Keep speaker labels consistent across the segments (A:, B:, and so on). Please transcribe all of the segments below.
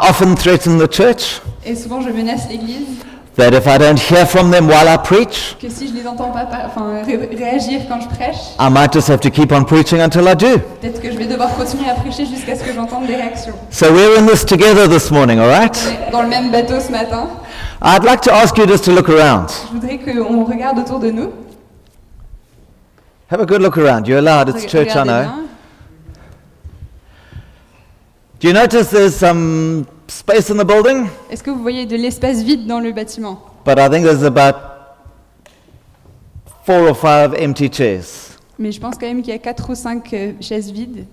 A: often threaten the church
B: Et souvent, je menace l'Église
A: that if I don't hear from them while I preach,
B: que si je les entends pas, par- enfin, ré- réagir quand je prêche,
A: I might just have to keep on preaching until I do.
B: peut-être que je vais devoir continuer à prêcher jusqu'à ce que j'entende des réactions.
A: So we're in this together this morning, all right?
B: Mais Dans le même bateau ce matin,
A: I'd like to ask you just to look around.
B: je voudrais qu'on regarde autour de nous.
A: Have a good look around. You're allowed. It's church, I
B: Regardez
A: know.
B: bien.
A: Do you notice there's some space in the building?
B: Est-ce que vous voyez de l'espace vide dans le bâtiment
A: But I think there's about four or five empty chairs.
B: Mais je pense quand même qu'il y a 4 ou 5 chaises vides.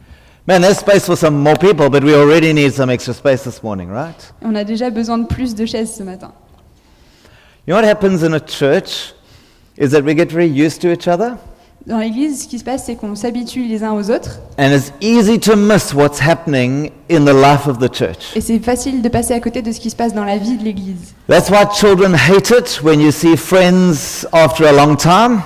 A: Man, there's space for some more people, but we already need some extra space this morning, right?
B: On a déjà besoin de plus de chaises ce matin.
A: You know what happens in a church is that we get very used to each other,
B: Dans l'église, ce qui se passe, c'est qu'on s'habitue les uns aux autres
A: and it's easy to miss what's happening in the life of the church.
B: et c'est facile de passer à côté de ce qui se passe dans la vie de l'église.
A: That's why children hate it when you see friends after a long time.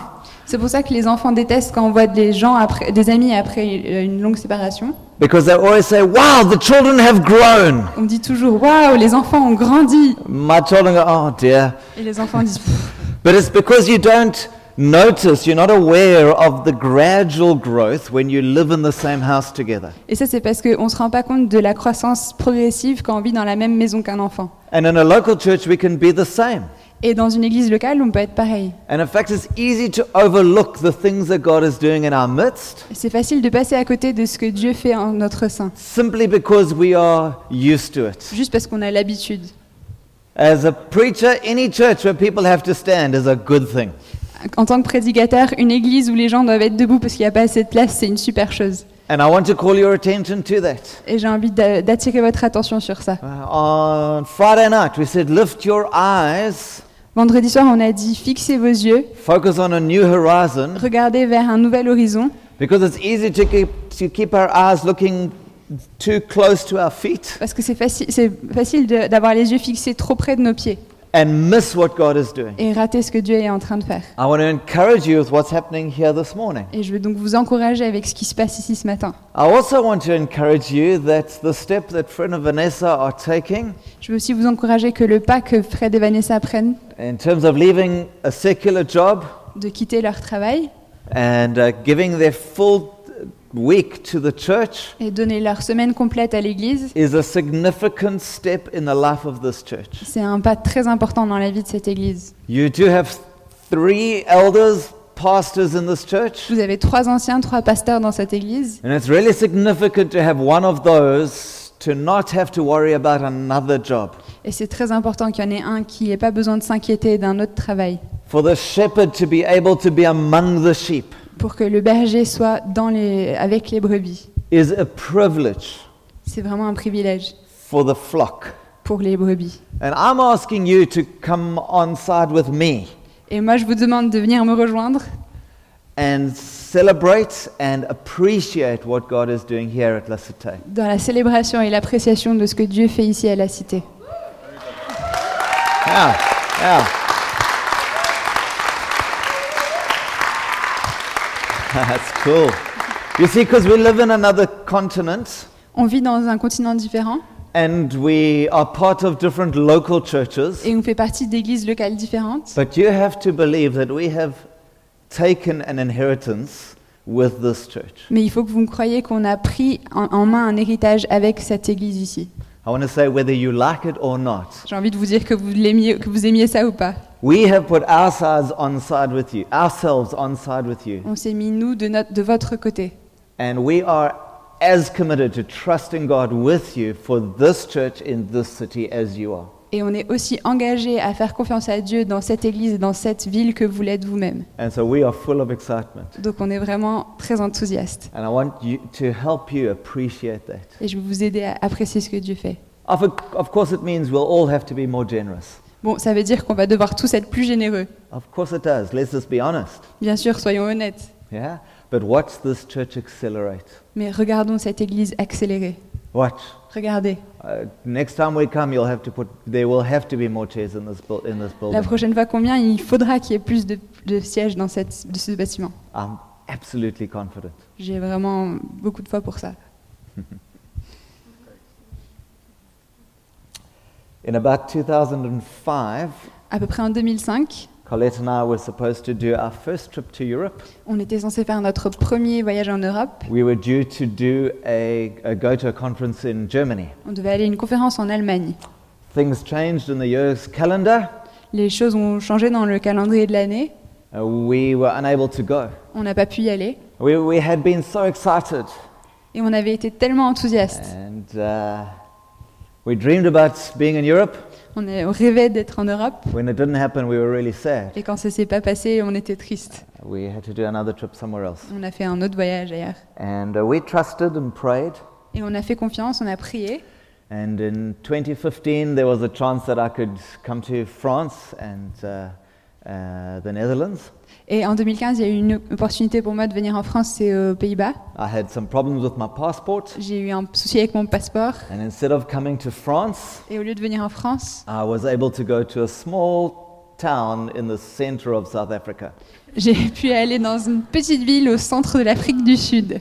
B: C'est pour ça que les enfants détestent quand on voit des gens après, des amis après euh, une longue séparation.
A: Because they always say, wow, the children have grown.
B: On dit toujours waouh, les enfants ont grandi.
A: My children go, oh dear.
B: Et les enfants disent Pff.
A: But it's because you don't notice, you're not aware of the gradual growth when you live in the same house together.
B: Et ça, c'est parce qu'on ne se rend pas compte de la croissance progressive quand on vit dans la même maison qu'un enfant.
A: And in a local church, we can be the same.
B: Et dans une église locale, on peut être pareil.
A: And in fact, it's easy to overlook the things that God is doing in our midst
B: C'est facile de passer à côté de ce que Dieu fait en notre sein,
A: simply because we are used to it.
B: juste parce qu'on a l'habitude.
A: As a preacher, any church where people have to stand is a good thing.
B: En tant que prédicateur, une église où les gens doivent être debout parce qu'il n'y a pas assez de place, c'est une super chose.
A: And I want to call your attention to that.
B: Et j'ai envie d'a- d'attirer votre attention sur ça.
A: Uh, on Friday night, we said, lift your eyes,
B: Vendredi soir, on a dit fixez vos yeux,
A: focus on a new horizon,
B: regardez vers un nouvel horizon,
A: because it's easy to keep, to keep our eyes looking too close to our feet
B: parce que c'est faci- c'est facile de- d'avoir les yeux fixés trop près de nos pieds
A: and miss what God is doing.
B: et rater ce que Dieu est en train de faire.
A: I want to encourage you with what's happening here this morning.
B: Et je veux donc vous encourager avec ce qui se passe ici ce matin.
A: I also want to encourage you that the step that Fred and Vanessa are taking
B: Je veux aussi vous encourager que le pas que Fred et Vanessa prennent
A: in terms of leaving a secular job
B: de quitter leur travail
A: and uh, giving their full week to the church
B: et donner leur semaine complète à l'église,
A: is a significant step in the life of this church.
B: c'est un pas très important dans la vie de cette église.
A: You do have three elders, pastors in this church,
B: Vous avez trois anciens, trois pasteurs dans cette église.
A: and it's really significant to have one of those to not have to worry about another job.
B: Et c'est très important qu'il y en ait un qui n'ait pas besoin de s'inquiéter d'un autre travail.
A: For the shepherd to be able to be among the sheep
B: Pour que le berger soit dans les, avec les brebis.
A: is a privilege
B: C'est vraiment un privilège
A: for the flock.
B: pour les brebis.
A: And I'm asking you to come on side with me
B: Et moi, je vous demande de venir me rejoindre
A: and celebrate and appreciate what God is doing here at La Cité.
B: dans la célébration et l'appréciation de ce que Dieu fait ici à la cité.
A: Yeah, yeah. That's cool. You see, because we live in another continent
B: On vit dans un continent différent
A: and we are part of different local churches,
B: et on fait partie d'églises locales différentes.
A: but you have to believe that we have taken an inheritance with this church.
B: Mais il faut que vous me croyez qu'on a pris en, en main un héritage avec cette église ici.
A: I want to say, whether you like it or not,
B: J'ai envie de vous dire que vous l'aimiez- que vous aimiez ça ou pas.
A: we have put ourselves on side with you, ourselves on side with you,
B: On s'est mis, nous, de, notre, de votre côté.
A: and we are as committed to trusting God with you for this church in this city as you are.
B: Et on est aussi engagé à faire confiance à Dieu dans cette église et dans cette ville que vous l'êtes vous-même.
A: And so we are full of excitement.
B: Donc on est vraiment très enthousiaste.
A: And I want you to help you appreciate that.
B: Et je vais vous aider à apprécier ce que Dieu fait.
A: Of, of course, it means we'll all have to be more generous.
B: Bon, ça veut dire qu'on va devoir tous être plus généreux.
A: Of course, it does. Let's just be honest.
B: Bien sûr, soyons honnêtes.
A: Yeah? But watch this church accelerate.
B: Mais regardons cette église accélérée.
A: Watch.
B: Regardez.
A: Uh, next time we come, you'll have to put, there will have to be more chairs in this, buil- in this
B: La
A: building.
B: prochaine fois qu'on vient, il faudra qu'il y ait plus de, de sièges dans cette, de ce bâtiment.
A: I'm absolutely confident.
B: J'ai vraiment beaucoup de foi pour ça.
A: In about 2005,
B: À peu près en 2005,
A: Colette and I were supposed to do our first trip to Europe.
B: on était censé faire notre premier voyage en Europe.
A: We were due to do a, a go to a conference in Germany.
B: On devait aller à une conférence en Allemagne.
A: Things changed in the year's calendar.
B: Les choses ont changé dans le calendrier de l'année.
A: Uh, we were unable to go.
B: On n'a pas pu y aller.
A: We, we had been so excited
B: Et on avait été tellement enthousiastes.
A: and uh, we dreamed about being in Europe.
B: On est- on rêvait d'être en Europe.
A: When it didn't happen, we were really sad.
B: Et quand ça s'est pas passé, on était triste.
A: We had to do another trip somewhere else.
B: On a fait un autre voyage ailleurs.
A: And uh, we trusted and prayed.
B: Et on a fait confiance, on a prié.
A: And in 2015, there was a chance that I could come to France and uh, uh, the Netherlands.
B: Et en 2015, il y a eu une opportunité pour moi de venir en France et aux Pays-Bas.
A: I had some problems with my passport.
B: J'ai eu un souci avec mon passeport.
A: And instead of coming to France,
B: Et au lieu de venir en France,
A: I was able to go to a small town in the center of South Africa.
B: j'ai pu aller dans une petite ville au centre de l'Afrique du Sud.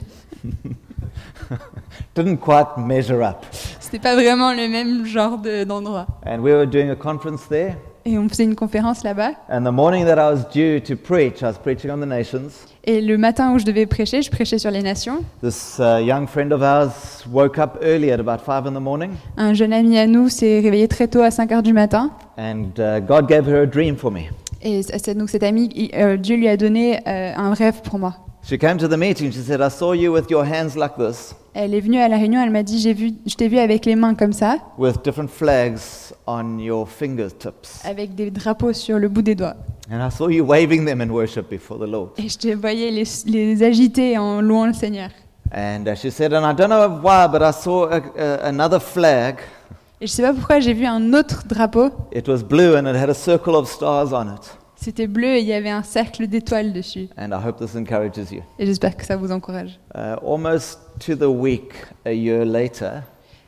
A: Didn't quite measure up.
B: C'était pas vraiment le même genre de- d'endroit.
A: And we were doing a conference there.
B: et on faisait une conférence là-bas.
A: And the morning that I was due to preach, I was preaching on the nations.
B: Et le matin où je devais prêcher, je prêchais sur les nations.
A: This uh, young friend of ours woke up early at about five in the morning,
B: Un jeune ami à nous s'est réveillé très tôt à 5 heures du matin.
A: and uh, God gave her a dream for me.
B: Et c- c'est- donc cet ami, il- euh, Dieu lui a donné euh, un rêve pour moi.
A: She came to the meeting. She said, I saw you with your hands like this,
B: Elle est venue à la réunion, elle m'a dit j'ai vu, je t'ai vu avec les mains comme ça,
A: with different flags on your fingertips.
B: avec des drapeaux sur le bout des doigts.
A: And I saw you waving them in worship before the Lord.
B: Et je te voyais les, les agiter en louant le Seigneur.
A: And uh, she said, and I don't know why, but I saw a, a, another flag.
B: Et je sais pas pourquoi j'ai vu un autre drapeau.
A: It was blue and it had a circle of stars on it.
B: C'était bleu et il y avait un cercle d'étoiles dessus.
A: And I hope this encourages you.
B: Et j'espère que ça vous encourage.
A: Uh, almost to the week, a year later,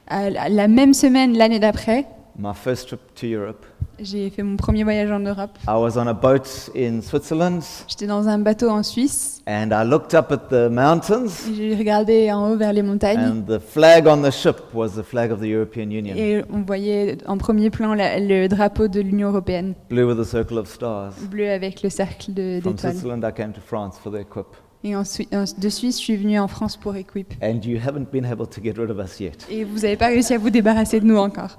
B: À la la même semaine, l'année d'après,
A: my first trip to Europe,
B: J'ai fait mon premier voyage en Europe.
A: I was on a boat in Switzerland
B: J'étais dans un bateau en Suisse.
A: and I looked up at the mountains
B: et J'ai regardé en haut vers les montagnes
A: and the flag on the ship was the flag of the European Union,
B: et on voyait en premier plan la- le drapeau de l'Union européenne,
A: blue with a circle of stars.
B: bleu avec le cercle de-
A: From
B: d'étoiles.
A: Switzerland, I came to France for the equip.
B: Et en Sui- en- de Suisse, je suis venue en France pour Equip.
A: And you haven't been able to get rid of us yet.
B: Et vous n'avez pas réussi à vous débarrasser de nous encore.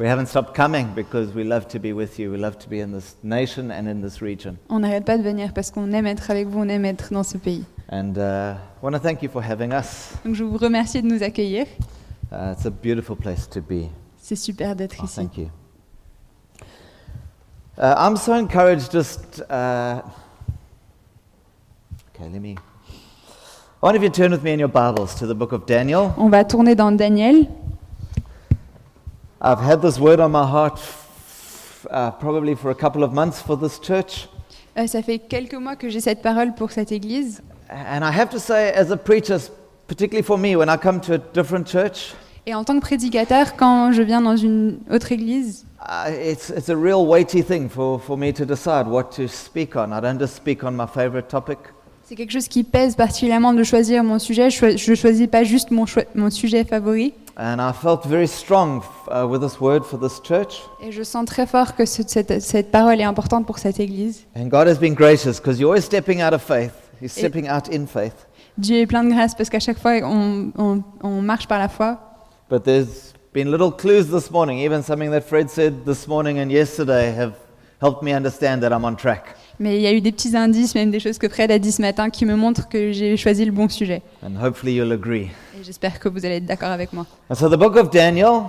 A: We haven't stopped coming because we love to be with you. We love to be in this nation and in this region.
B: On n'arrête pas de venir parce qu'on aime être avec vous, on aime être dans ce pays.
A: And uh, I want to thank you for having us.
B: Donc je vous remercie de nous accueillir.
A: Uh, it's a beautiful place to be.
B: C'est super d'être
A: Oh,
B: ici.
A: thank you. Uh, I'm so encouraged. Just uh, okay, let me. I wonder if you turn with me in your Bibles to the book of Daniel.
B: On va tourner dans Daniel.
A: I've had this word on my heart f- uh, probably for a couple of months for this church,
B: Euh, ça fait quelques mois que j'ai cette parole pour cette église.
A: and I have to say, as a preacher, s- particularly for me, when I come to a different church,
B: Et en tant que prédicateur, quand je viens dans une autre église,
A: uh, it's it's a real weighty thing for, for me to decide what to speak on. I don't just speak on my favorite topic.
B: c'est quelque chose qui pèse particulièrement de choisir mon sujet. Je choi- Je choisis pas juste mon, choi- mon sujet favori.
A: And I felt very strong f- uh, with this word for this church.
B: Et je sens très fort que ce- cette, cette parole est importante pour cette église.
A: And God has been gracious because you're always stepping out of faith. He's
B: It-
A: stepping out in faith.
B: Dieu est plein de grâce parce qu'à chaque fois, on, on- on marche par la foi.
A: But there's been little clues this morning, even something that Fred said this morning and yesterday have helped me understand that I'm on track.
B: Mais il y a eu des petits indices, même des choses que Fred a dit ce matin, qui me montrent que j'ai choisi le bon sujet.
A: And hopefully you'll agree.
B: Et j'espère que vous allez être d'accord avec moi.
A: And so the book of Daniel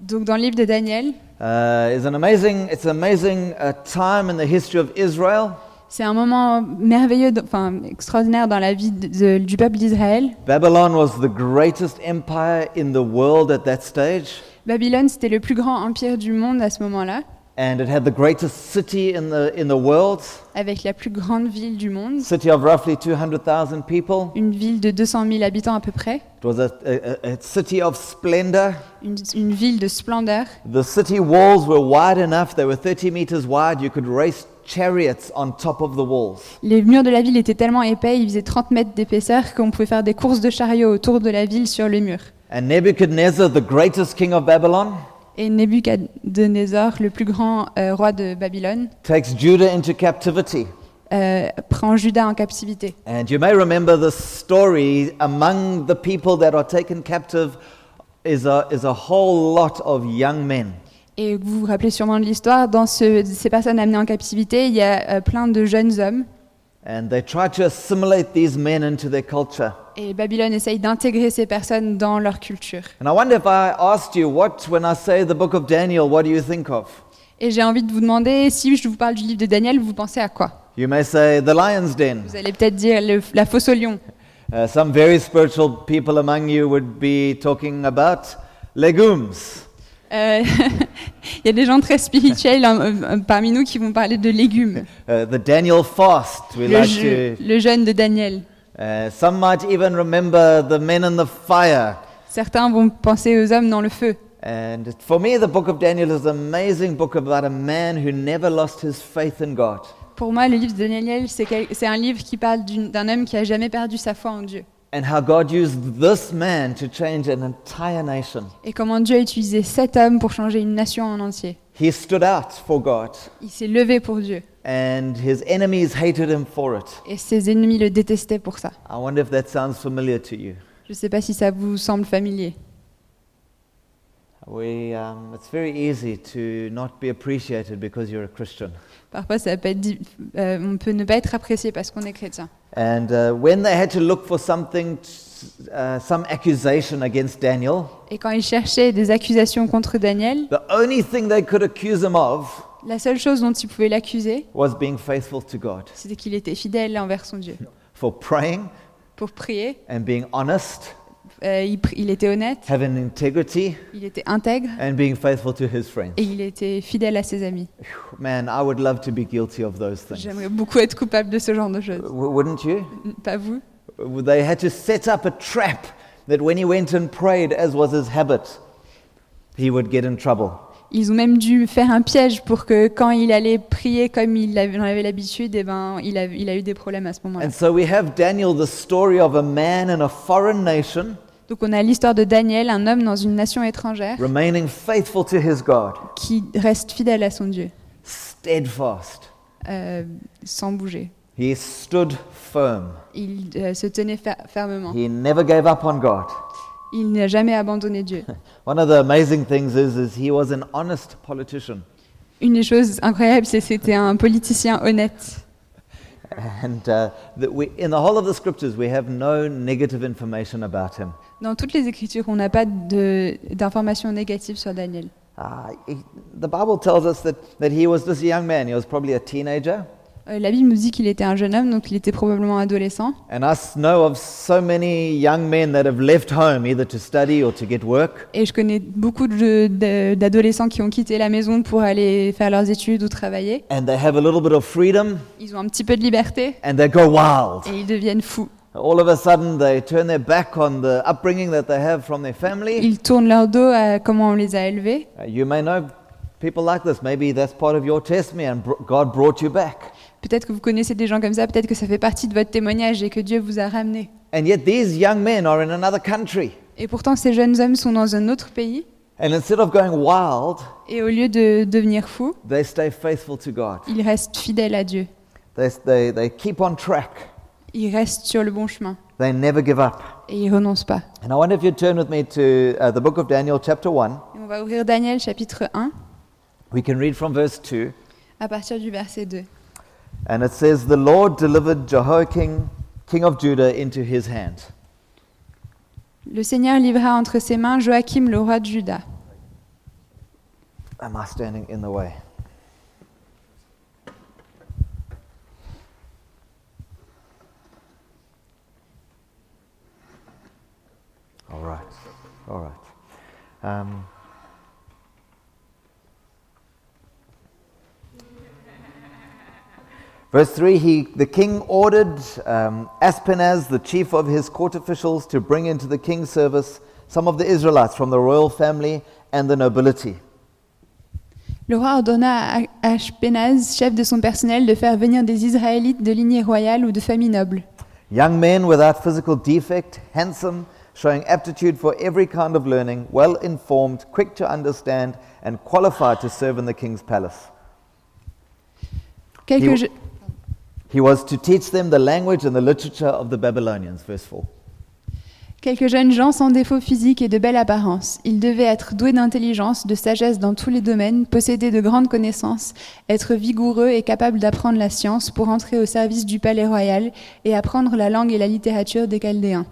B: Donc dans le livre de Daniel,
A: uh, is an amazing, it's an amazing uh, time in the history of Israel.
B: c'est un moment merveilleux, dans- enfin extraordinaire dans la vie de- de- du peuple d'Israël.
A: Babylon was the greatest empire in the world at that stage.
B: Babylone, c'était le plus grand empire du monde à ce moment-là,
A: And it had the greatest city in the, in the world,
B: avec la plus grande ville du monde,
A: city of roughly 200,000 people.
B: une ville de 200 000 habitants à peu près,
A: It was a, a, a- a city of splendor.
B: une, une ville de splendeur.
A: The city walls were wide enough, they were 30 meters wide. You could race chariots on top of the walls.
B: Les murs de la ville étaient tellement épais, ils faisaient 30 mètres d'épaisseur, qu'on pouvait faire des courses de chariots autour de la ville sur les murs.
A: And Nebuchadnezzar, the greatest king of Babylon,
B: Et Nebuchadnezzar, le plus grand euh, roi de Babylone,
A: takes Judah into captivity.
B: euh, prend Juda en captivité.
A: And you may remember the story among the people that are taken captive is a, is a whole lot of young men.
B: Et vous vous rappelez sûrement de l'histoire, dans ce- ces personnes amenées en captivité, il y a euh, plein de jeunes hommes.
A: And they try to assimilate these men into their culture.
B: Et Babylone essaye d'intégrer ces personnes dans leur culture.
A: And I wonder if I asked you, what, when I say the book of Daniel, what do you think of?
B: Et j'ai envie de vous demander, si je vous parle du livre de Daniel, vous pensez à quoi
A: You may say the lion's den.
B: Vous allez peut-être dire le- la fosse au lion.
A: Uh, some very spiritual people among you would be talking about legumes.
B: Euh, Il y a des gens très spirituels hein, euh, parmi nous qui vont parler de légumes.
A: Uh, the Daniel fast, we
B: Le,
A: like
B: je-
A: to.
B: le jeûne de Daniel.
A: Uh, some might even remember the men in the fire.
B: Certains vont penser aux hommes dans le feu.
A: And for me, the book of Daniel is an amazing book about a man who never lost his faith in God.
B: Pour moi, le livre de Daniel, c'est quel- c'est un livre qui parle d'une- d'un homme qui a jamais perdu sa foi en Dieu.
A: And how God used this man to change an entire nation.
B: Et comment Dieu a utilisé cet homme pour changer une nation en entier.
A: He stood out for God,
B: Il s'est levé pour Dieu.
A: and his enemies hated him for it.
B: Et ses ennemis le détestaient pour ça.
A: I wonder if that sounds familiar to you.
B: Je ne sais pas si ça vous semble familier.
A: We, um, it's very easy to not be appreciated because you're a Christian.
B: Parfois, ça peut être di- euh, on peut ne pas être apprécié parce qu'on est chrétien.
A: And uh, when they had to look for something, t- uh, some accusation against Daniel,
B: Et quand ils cherchaient des accusations contre Daniel,
A: the only thing they could accuse him of
B: la seule chose dont ils pouvaient l'accuser,
A: was being faithful to God,
B: c'était qu'il était fidèle envers son Dieu.
A: for praying
B: Pour prier,
A: and being honest,
B: euh, il, pri- il était honnête,
A: having integrity,
B: il était intègre
A: and being faithful to his friends.
B: et il était fidèle à ses amis.
A: Man, I would love to be guilty of those things.
B: J'aimerais beaucoup être coupable de ce genre de choses.
A: W- wouldn't you?
B: Pas vous
A: They had to set up a trap that when he went and prayed, as was his habit, he would get in trouble.
B: Ils ont même dû faire un piège pour que quand il allait prier comme il avait- en avait l'habitude, eh ben, il, a, il a eu des problèmes à ce moment-là.
A: And so we have Daniel, the story of a man in a foreign nation
B: Donc on a l'histoire de Daniel, un homme dans une nation étrangère
A: remaining faithful to his God,
B: qui reste fidèle à son Dieu,
A: steadfast.
B: euh, sans bouger.
A: He stood firm.
B: Il euh, se tenait fer- fermement.
A: He never gave up on God.
B: Il n'a jamais abandonné Dieu.
A: One of the amazing things is, is he was an honest politician.
B: Une des choses incroyables, c'est que c'était un politicien honnête.
A: And uh, that we, in the whole of the scriptures, we have no negative information about him.
B: Dans toutes les Écritures, on n'a pas de- d'informations négatives sur Daniel.
A: Ah, he- the Bible tells us that, that he was just a young man. He was probably a teenager.
B: Euh, la Bible nous dit qu'il était un jeune homme, donc il était probablement adolescent.
A: And I s- know of so many young men that have left home either to study or to get work.
B: Et je connais beaucoup de- de- d'adolescents qui ont quitté la maison pour aller faire leurs études ou travailler.
A: And they have a little bit of freedom
B: Ils ont un petit peu de liberté
A: and they go wild.
B: et ils deviennent fous.
A: All of a sudden, they turn their back on the upbringing that they have from their family.
B: Ils tournent leur dos à comment on les a élevés.
A: Uh, You may know people like this. Maybe that's part of your testimony and br- God brought you back.
B: Peut-être que vous connaissez des gens comme ça, peut-être que ça fait partie de votre témoignage et que Dieu vous a ramené.
A: And yet, these young men are in another country.
B: Et pourtant, ces jeunes hommes sont dans un autre pays
A: And instead of going wild,
B: et au lieu de devenir fous,
A: they stay faithful to God.
B: ils restent fidèles à Dieu.
A: They, they, they keep on track.
B: Ils restent sur le bon chemin
A: They never give up.
B: et ils renoncent pas.
A: And I wonder if you'd turn with me to uh, the book of Daniel, chapter 1.
B: Et on va ouvrir Daniel chapitre 1
A: We can read from verse 2.
B: à partir du verset 2.
A: And it says, The Lord delivered Jehoiakim, king of Judah, into his hand.
B: Le Seigneur livra entre ses mains Joachim le roi de Juda.
A: Am I standing in the way? All right, all right. Um, verse 3 he, The king ordered um, Aspenaz, the chief of his court officials, to bring into the king's service some of the Israelites from the royal family and the nobility.
B: Le roi ordonna à Ashpenaz, chef de son personnel, de faire venir des Israélites de lignée royale ou de famille noble,
A: Young men without physical defect, handsome, showing aptitude for every kind of learning, well informed, quick to understand, and qualified to serve in the king's palace.
B: Quelques
A: Dis-
B: je-
A: He was to teach them the language and the literature of the Babylonians, verse 4.
B: Quelques jeunes gens sans défaut physique et de belle apparence. Ils devaient être doués d'intelligence, de sagesse dans tous les domaines, posséder de grandes connaissances, être vigoureux et capables d'apprendre la science pour entrer au service du palais royal et apprendre la langue et la littérature des Chaldéens.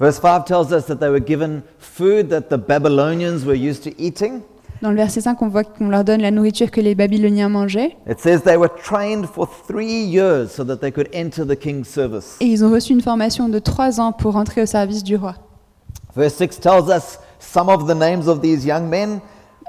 A: Verse 5 tells us that they were given food that the Babylonians were used to eating.
B: Dans le verset 5, on voit qu'on leur donne la nourriture que les Babyloniens mangeaient
A: It says they were trained for three years so that they could enter the king's service.
B: et ils ont reçu une formation de trois ans pour entrer au service du roi.
A: Verse 6 tells us some of the names of these young men,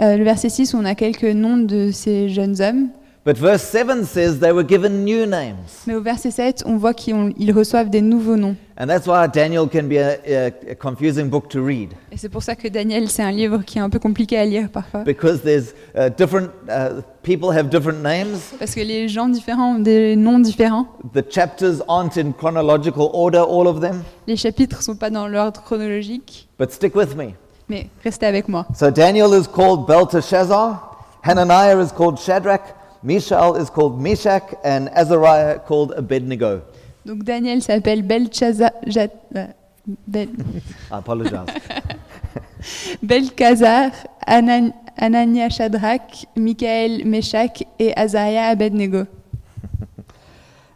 B: Euh, le verset 6, on a quelques noms de ces jeunes hommes,
A: but verse 7 says they were given new names.
B: mais au verset 7, on voit qu'ils ont- ils reçoivent des nouveaux noms.
A: And that's why Daniel can be a, a, a confusing book to read,
B: Et c'est pour ça que Daniel, c'est un livre qui est un peu compliqué à lire parfois.
A: because there's uh, different uh, people have different names.
B: Parce que les gens différents ont des noms différents.
A: The chapters aren't in chronological order, all of them,
B: Les chapitres sont pas dans l'ordre chronologique,
A: but stick with me.
B: mais restez avec moi.
A: So Daniel is called Belteshazzar, Hananiah is called Shadrach, Mishael is called Meshach, and Azariah called Abednego.
B: Donc Daniel s'appelle Belchaza- Ja- euh, Bel-
A: I apologize.
B: Belcazar, Anan- Anania Shadrach, Michael Meshach et Azariah Abednego.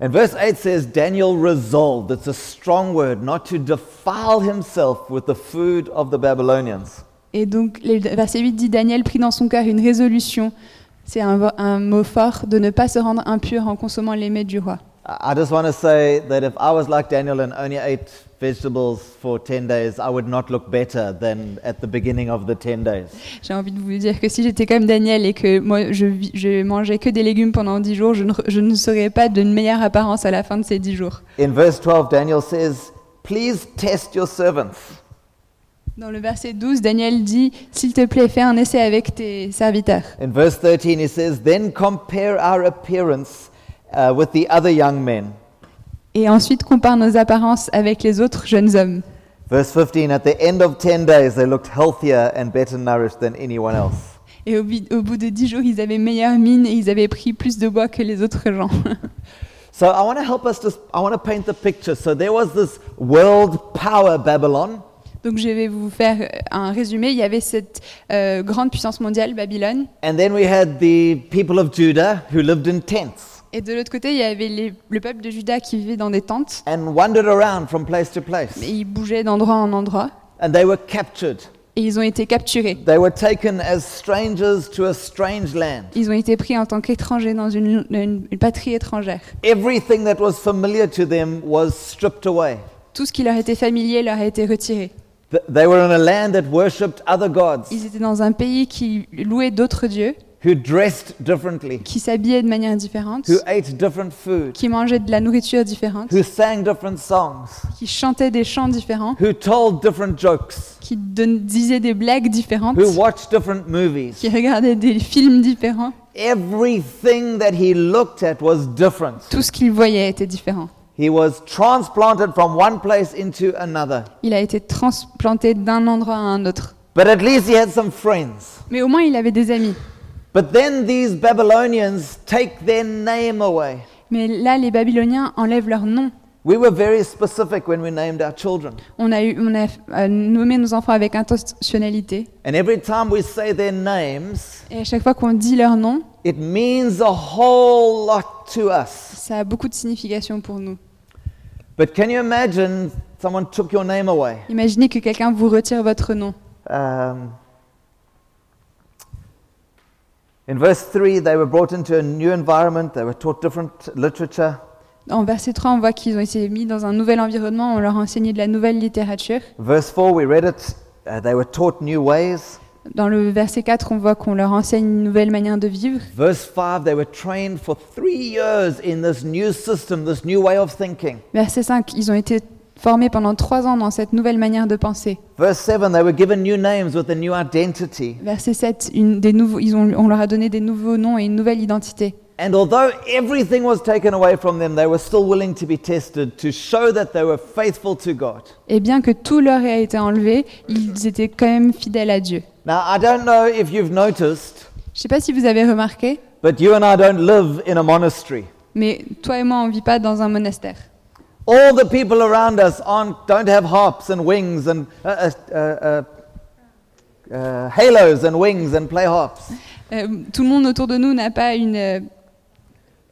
A: and verse 8 says Daniel resolved, it's a strong word, not to defile himself with the food of the Babylonians.
B: Et donc le verset 8 dit Daniel prit dans son cœur une résolution, c'est un, vo- un mot fort, de ne pas se rendre impur en consommant les mets du roi.
A: I I just want to say that if I was like Daniel and only ate vegetables for 10 days, I would not look better than at the beginning of the 10 days.
B: J'ai envie de vous dire que si j'étais comme Daniel et que moi je, vis- je mangeais que des légumes pendant 10 jours, je ne, re- je ne serais pas d'une meilleure apparence à la fin de ces 10 jours.
A: In verse 12, Daniel says, Please test your servants.
B: Dans le verset 12, Daniel dit S'il te plaît, fais un essai avec tes serviteurs.
A: In verse 13, he says, Then compare our appearance uh, with the other young men.
B: Et ensuite, compare nos apparences avec les autres jeunes hommes.
A: Verse 15, at the end of 10 days, they looked healthier and better nourished than anyone else.
B: Et au, bi- au bout de 10 jours, ils avaient meilleure mine et ils avaient pris plus de bois que les autres gens.
A: So I want to help us, just, I want to paint the picture. So there was this world power Babylon,
B: Donc je vais vous faire euh, un résumé. Il y avait cette euh, grande puissance mondiale, Babylone.
A: and then we had the people of Judah who lived in tents
B: Et de l'autre côté, il y avait les- le peuple de Juda qui vivait dans des tentes.
A: and wandered around from place to
B: Et
A: place.
B: ils bougeaient d'endroit en endroit.
A: And they were captured.
B: Et ils ont été capturés.
A: They were taken as strangers to a strange land.
B: Ils ont été pris en tant qu'étrangers dans une, une- une patrie étrangère.
A: Everything that was familiar to them was stripped away.
B: Tout ce qui leur était familier leur a été retiré.
A: Th- They were in a land that worshipped other gods,
B: Ils étaient dans un pays qui louait d'autres dieux,
A: who dressed differently,
B: qui s'habillaient de manière différente,
A: who ate different food,
B: qui mangeaient de la nourriture différente,
A: who sang different songs,
B: qui chantaient des chants différents,
A: who told different jokes,
B: qui don- disaient des blagues différentes,
A: who watched different movies.
B: qui regardaient des films différents.
A: Everything that he looked at was different.
B: Tout ce qu'ils voyaient était différent.
A: He was transplanted from one place into another.
B: Il a été transplanté d'un endroit à un autre.
A: But at least he had some friends.
B: Mais au moins, il avait des amis.
A: But then these Babylonians take their name away.
B: Mais là, les Babyloniens enlèvent leur nom
A: We were very specific when we named our children.
B: On a, eu, on a euh, nommé nos enfants avec intentionnalité.
A: And every time we say their names,
B: Et à chaque fois qu'on dit leur nom,
A: It means a whole lot to us.
B: ça a beaucoup de signification pour nous.
A: But can you imagine someone took your name away?
B: Imaginez que quelqu'un vous retire votre nom.
A: Um, in verse 3, they were brought into a new environment, they were taught different literature.
B: En verset 3, on voit qu'ils ont été mis dans un nouvel environnement, on leur a enseigné de la nouvelle littérature.
A: Verse 4, we read it, uh, they were taught new ways.
B: Dans le verset 4, on voit qu'on leur enseigne une nouvelle manière de vivre.
A: Verse 5, they were trained for three years in this new system, this new way of thinking.
B: Verset 5, ils ont été formés pendant trois ans dans cette nouvelle manière de penser.
A: Verse 7, they were given new names with a new identity.
B: Verset 7, une- des nouveaux, ils ont- on leur a donné des nouveaux noms et une nouvelle identité.
A: And although everything was taken away from them, they were still willing to be tested to show that they were faithful to God.
B: Et bien que tout leur ait été enlevé, ils étaient quand même fidèles à Dieu.
A: Now, I don't know if you've noticed,
B: Je ne sais pas si vous avez remarqué,
A: but you and I don't live in a monastery.
B: mais toi et moi, on ne vit pas dans un monastère.
A: All the people around us aren't, don't have harps and wings and uh, uh, uh, uh, uh, halos and wings and play harps.
B: Euh, tout le monde autour de nous n'a pas une euh,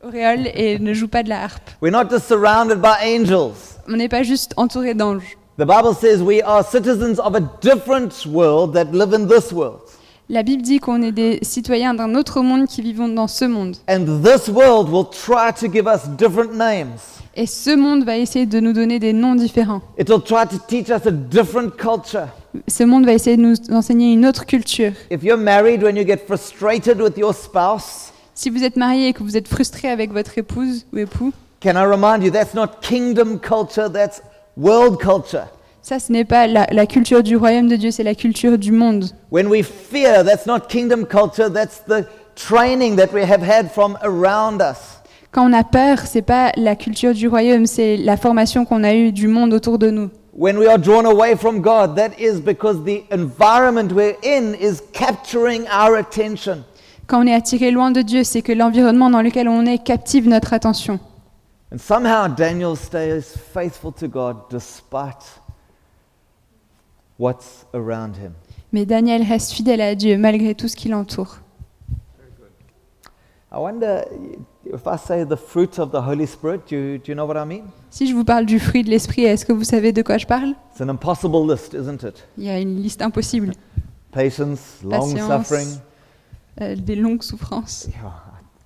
B: auréole et ne joue pas de la harpe.
A: We're not just surrounded by angels.
B: On n'est pas juste entouré d'anges.
A: The Bible says we are citizens of a different world that live in this world.
B: La Bible dit qu'on est des citoyens d'un autre monde qui vivons dans ce monde.
A: And this world will try to give us different names.
B: Et ce monde va essayer de nous donner des noms différents.
A: It'll try to teach us a different culture.
B: Ce monde va essayer de nous enseigner une autre culture.
A: If you're married, when you get frustrated with your spouse,
B: Si vous êtes marié et que vous êtes frustré avec votre épouse ou époux,
A: can I remind you that's not kingdom culture, that's world culture.
B: ça, ce n'est pas la, la culture du royaume de Dieu, c'est la culture du monde.
A: When we fear, that's not kingdom culture, that's the training that we have had from around us.
B: Quand on a peur, c'est pas la culture du royaume, c'est la formation qu'on a eue du monde autour de nous.
A: When we are drawn away from God, that is because the environment we're in is capturing our attention.
B: Quand on est attiré loin de Dieu, c'est que l'environnement dans lequel on est captive notre attention.
A: And somehow Daniel stays faithful to God despite what's around him.
B: Mais Daniel reste fidèle à Dieu malgré tout ce qui l'entoure.
A: I wonder if I say the fruit of the Holy Spirit, do you, do you know what I mean?
B: Si je vous parle du fruit de l'esprit, est-ce que vous savez de quoi je parle
A: It's an impossible list, isn't it?
B: Il y a une liste impossible.
A: Patience, long suffering.
B: euh, des longues souffrances.
A: Yeah.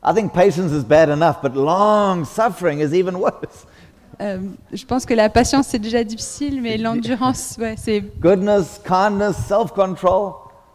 A: I think patience is bad enough, but long suffering is even worse.
B: Euh, je pense que la patience, c'est déjà difficile, mais l'endurance, ouais, c'est
A: Goodness, kindness, self control.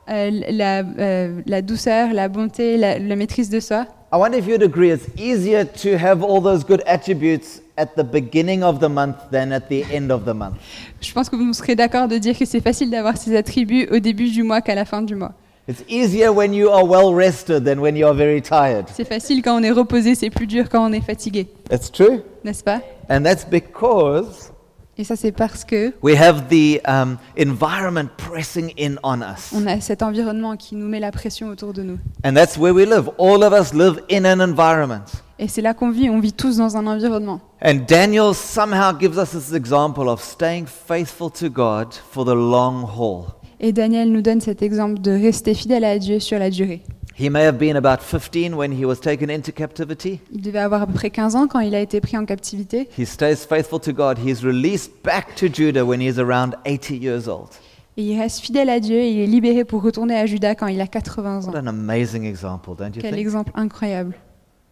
B: euh, la, euh, la douceur, la bonté, la, la maîtrise de soi.
A: I wonder if you'd agree it's easier to have all those good attributes at the beginning of the month than at the end of the month.
B: Je pense que vous serez d'accord de dire que c'est facile d'avoir ces attributs au début du mois qu'à la fin du mois.
A: It's easier when you are well rested than when you are very tired.
B: C'est facile quand on est reposé, c'est plus dur quand on est fatigué,
A: That's true.
B: n'est-ce pas
A: And that's because
B: Et ça, c'est parce que
A: we have the um, environment pressing in on us.
B: on a cet environnement qui nous met la pression autour de nous.
A: And that's where we live. All of us live in an environment.
B: Et c'est là qu'on vit, on vit tous dans un environnement.
A: And Daniel somehow gives us this example of staying faithful to God for the long haul.
B: Et Daniel nous donne cet exemple de rester fidèle à Dieu sur la durée.
A: He may have been about 15 when he was taken into captivity.
B: Il devait avoir à peu près 15 ans quand il a été pris en captivité.
A: He stays faithful to God. He is released back to Judah when he is around 80 years old.
B: Et il reste fidèle à Dieu et il est libéré pour retourner à Juda quand il a 80 ans.
A: What an amazing example, don't you
B: Quel
A: think?
B: exemple incroyable.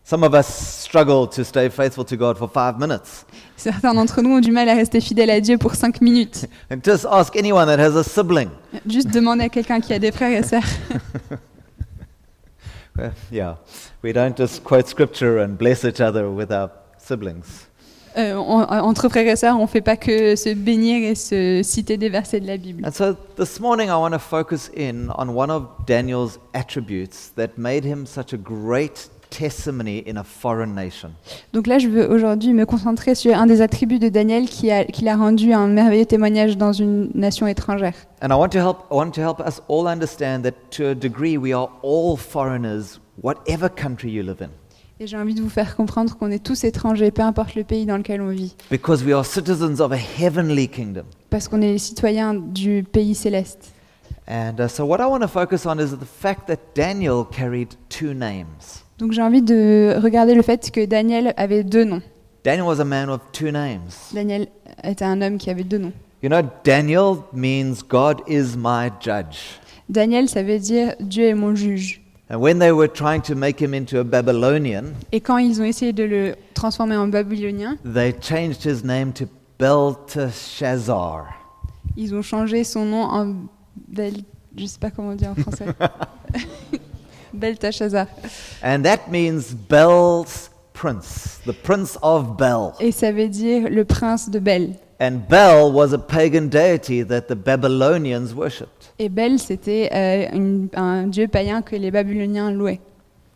A: Some of us struggle to stay faithful to God for five minutes.
B: Certains d'entre nous ont du mal à rester fidèle à Dieu pour 5 minutes.
A: And just ask anyone that has a sibling.
B: Juste demande à quelqu'un qui a des frères et sœurs.
A: Uh, yeah, we don't just quote scripture and bless each other with our siblings.
B: Euh, on- entre frères et sœurs, on ne fait pas que se bénir et se citer des versets de la Bible.
A: And so this morning I want to focus in on one of Daniel's attributes that made him such a great testimony in a foreign nation.
B: Donc là, je veux aujourd'hui me concentrer sur un des attributs de Daniel qui a- qui l'a rendu un merveilleux témoignage dans une nation étrangère.
A: And I want to help I want to help us all understand that to a degree we are all foreigners whatever country you live in
B: Et j'ai envie de vous faire comprendre qu'on est tous étrangers, peu importe le pays dans lequel on vit,
A: because we are citizens of a heavenly kingdom.
B: parce qu'on est les citoyens du pays céleste.
A: And uh, so what I want to focus on is the fact that Daniel carried two names.
B: Donc j'ai envie de regarder le fait que Daniel avait deux noms.
A: Daniel was a man of two names.
B: Daniel était un homme qui avait deux noms.
A: You know, Daniel means God is my judge.
B: Daniel, ça veut dire Dieu est mon juge.
A: And when they were trying to make him into a Babylonian,
B: Et quand ils ont essayé de le transformer en babylonien,
A: they changed his name to Belteshazzar.
B: ils ont changé son nom en Bel... Je sais pas comment on dit en français. Belteshazzar.
A: And that means Bel's prince, the prince of Bel.
B: Et ça veut dire le prince de Bel.
A: And Bel was a pagan deity that the Babylonians worshipped.
B: Et Bel, c'était euh, une- un dieu païen que les babyloniens louaient.